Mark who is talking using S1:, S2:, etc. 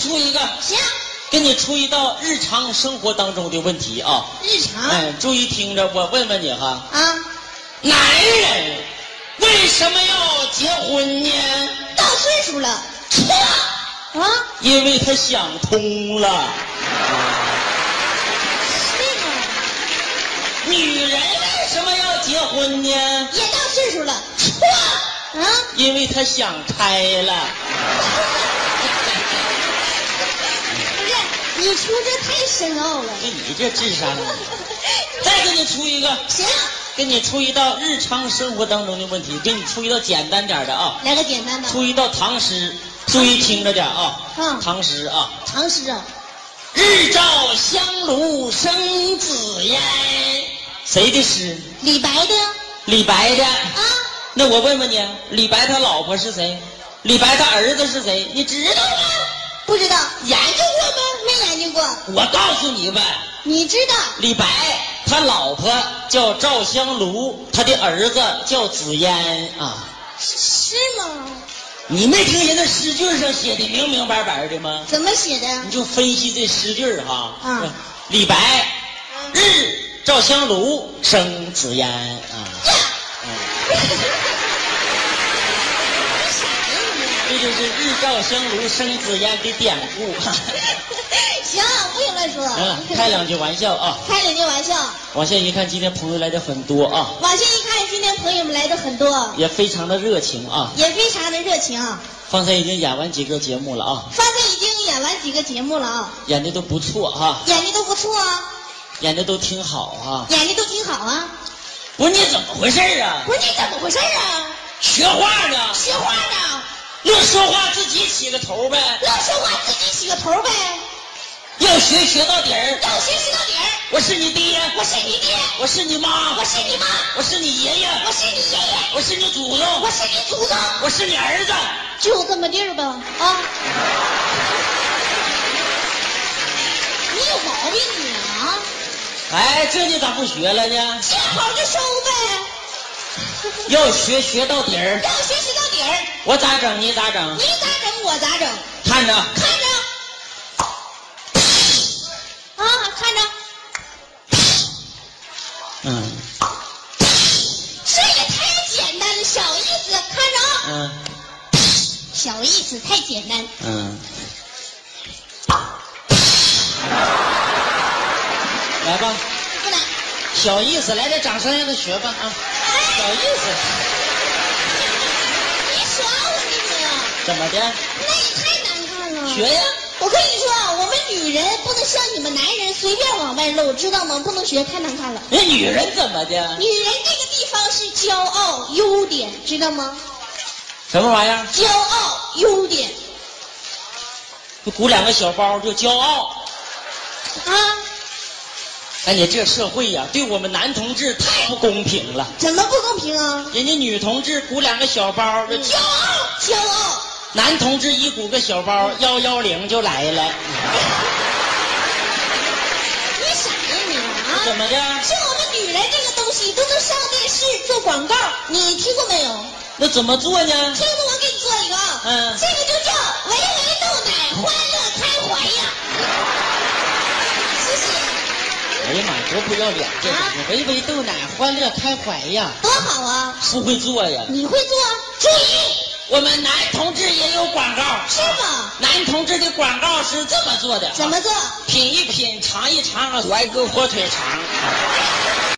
S1: 出一个，
S2: 行，
S1: 给你出一道日常生活当中的问题啊。
S2: 日常、
S1: 哎，注意听着，我问问你哈，
S2: 啊，
S1: 男人为什么要结婚呢？
S2: 到岁数了
S1: 错，
S2: 啊，
S1: 因为他想通了，
S2: 这个
S1: 女人为什么要结婚呢？
S2: 也到岁数了
S1: 错，
S2: 啊，
S1: 因为他想开了。
S2: 不是，你出这太深奥了。
S1: 就哎你这智商啊！再给你出一个，
S2: 行，
S1: 给你出一道日常生活当中的问题，给你出一道简单点的啊，
S2: 来个简单的，
S1: 出一道唐诗，注意听着点啊，
S2: 嗯
S1: 唐诗啊。
S2: 唐诗啊，
S1: 日照香炉生紫烟，谁的诗？
S2: 李白的
S1: 李白的。
S2: 啊，
S1: 那我问问你，李白他老婆是谁？李白他儿子是谁？你知道吗？
S2: 不知道
S1: 研究
S2: 过吗？没研究过，
S1: 我告诉你吧，
S2: 你知道
S1: 李白他老婆叫赵香炉，他的儿子叫紫烟啊。
S2: 是是吗？
S1: 你没听人家诗句上写的明明白白的吗？
S2: 怎么写的？
S1: 你就分析这诗句儿哈。
S2: 嗯
S1: 李白日照香炉生紫烟啊。嗯这就是日照香炉生紫烟的典故。
S2: 行，不许乱说。
S1: 嗯，开两句玩笑啊！
S2: 开两句玩笑。
S1: 往下一看，今天朋友来的很多啊，
S2: 往下一看，今天朋友们来的很多，
S1: 也非常的热情啊。
S2: 也非常的热情。
S1: 方才已经演完几个节目了啊，
S2: 方才已经演完几个节目了啊，
S1: 演的都不错哈、
S2: 演的都不错啊，
S1: 演的都挺好哈、
S2: 演的都挺好啊。
S1: 不是你怎么回事儿啊？
S2: 不是你怎么回事啊？
S1: 学话呢？
S2: 学话呢，
S1: 乐说话自己起个头呗，
S2: 老说话自己起个头呗，
S1: 要学学到底儿。
S2: 要学习到底儿。
S1: 我是你爹，
S2: 我是你爹，
S1: 我是你妈，
S2: 我是你妈，
S1: 我是你爷爷，
S2: 我是你爷爷，
S1: 我是你祖宗，
S2: 我是你祖宗，
S1: 我是你儿子。
S2: 就这么地儿吧啊。你有毛病你啊？
S1: 哎，这你咋不学了呢？
S2: 见好就收呗，
S1: 要学学到底儿，
S2: 要学习到底儿。
S1: 我咋整你咋整
S2: 你，咋整我咋整，
S1: 看着，
S2: 看着，啊，看着，
S1: 嗯
S2: 这也太简单了，小意思，看着啊，
S1: 嗯
S2: 小意思太简单，
S1: 嗯，来吧，
S2: 不难。
S1: 小意思，来点掌声让他学吧啊，
S2: 哎，
S1: 小意思，
S2: 你耍我呢
S1: 怎么的？
S2: 你？那也太难看了。
S1: 学呀，
S2: 我跟你说啊，我们女人不能像你们男人随便往外露，知道吗？不能学，太难看了。
S1: 那女人怎么的？
S2: 女人这个地方是骄傲、优点，知道吗？
S1: 什么玩意儿？
S2: 骄傲、优点
S1: 就鼓两个小包就骄傲。
S2: 啊，
S1: 哎呀，这社会呀、对我们男同志太不公平了。
S2: 怎么不公平啊？
S1: 人家女同志鼓两个小包就
S2: 骄傲，骄傲。
S1: 男同志一鼓个小包，幺幺零就来了，啊
S2: 你傻呀你
S1: 怎
S2: 啊！
S1: 么的？
S2: 是我们女人这个东西都能上电视做广告，你听过没有？
S1: 那怎么做呢？
S2: 听过我给你做一个啊，
S1: 嗯
S2: 这个就叫唯唯豆奶，欢乐开怀呀。谢谢，
S1: 哎呀妈，呀，多不要脸这玩意儿！维维豆奶，欢乐开怀呀，
S2: 多好啊！
S1: 不会做呀。
S2: 你会做？注意，
S1: 我们男同志也有广告，
S2: 是吗？
S1: 男同志的广告是这么做的：啊
S2: 怎么做？
S1: 品一品，尝一尝，来个火腿肠。
S2: 哎呀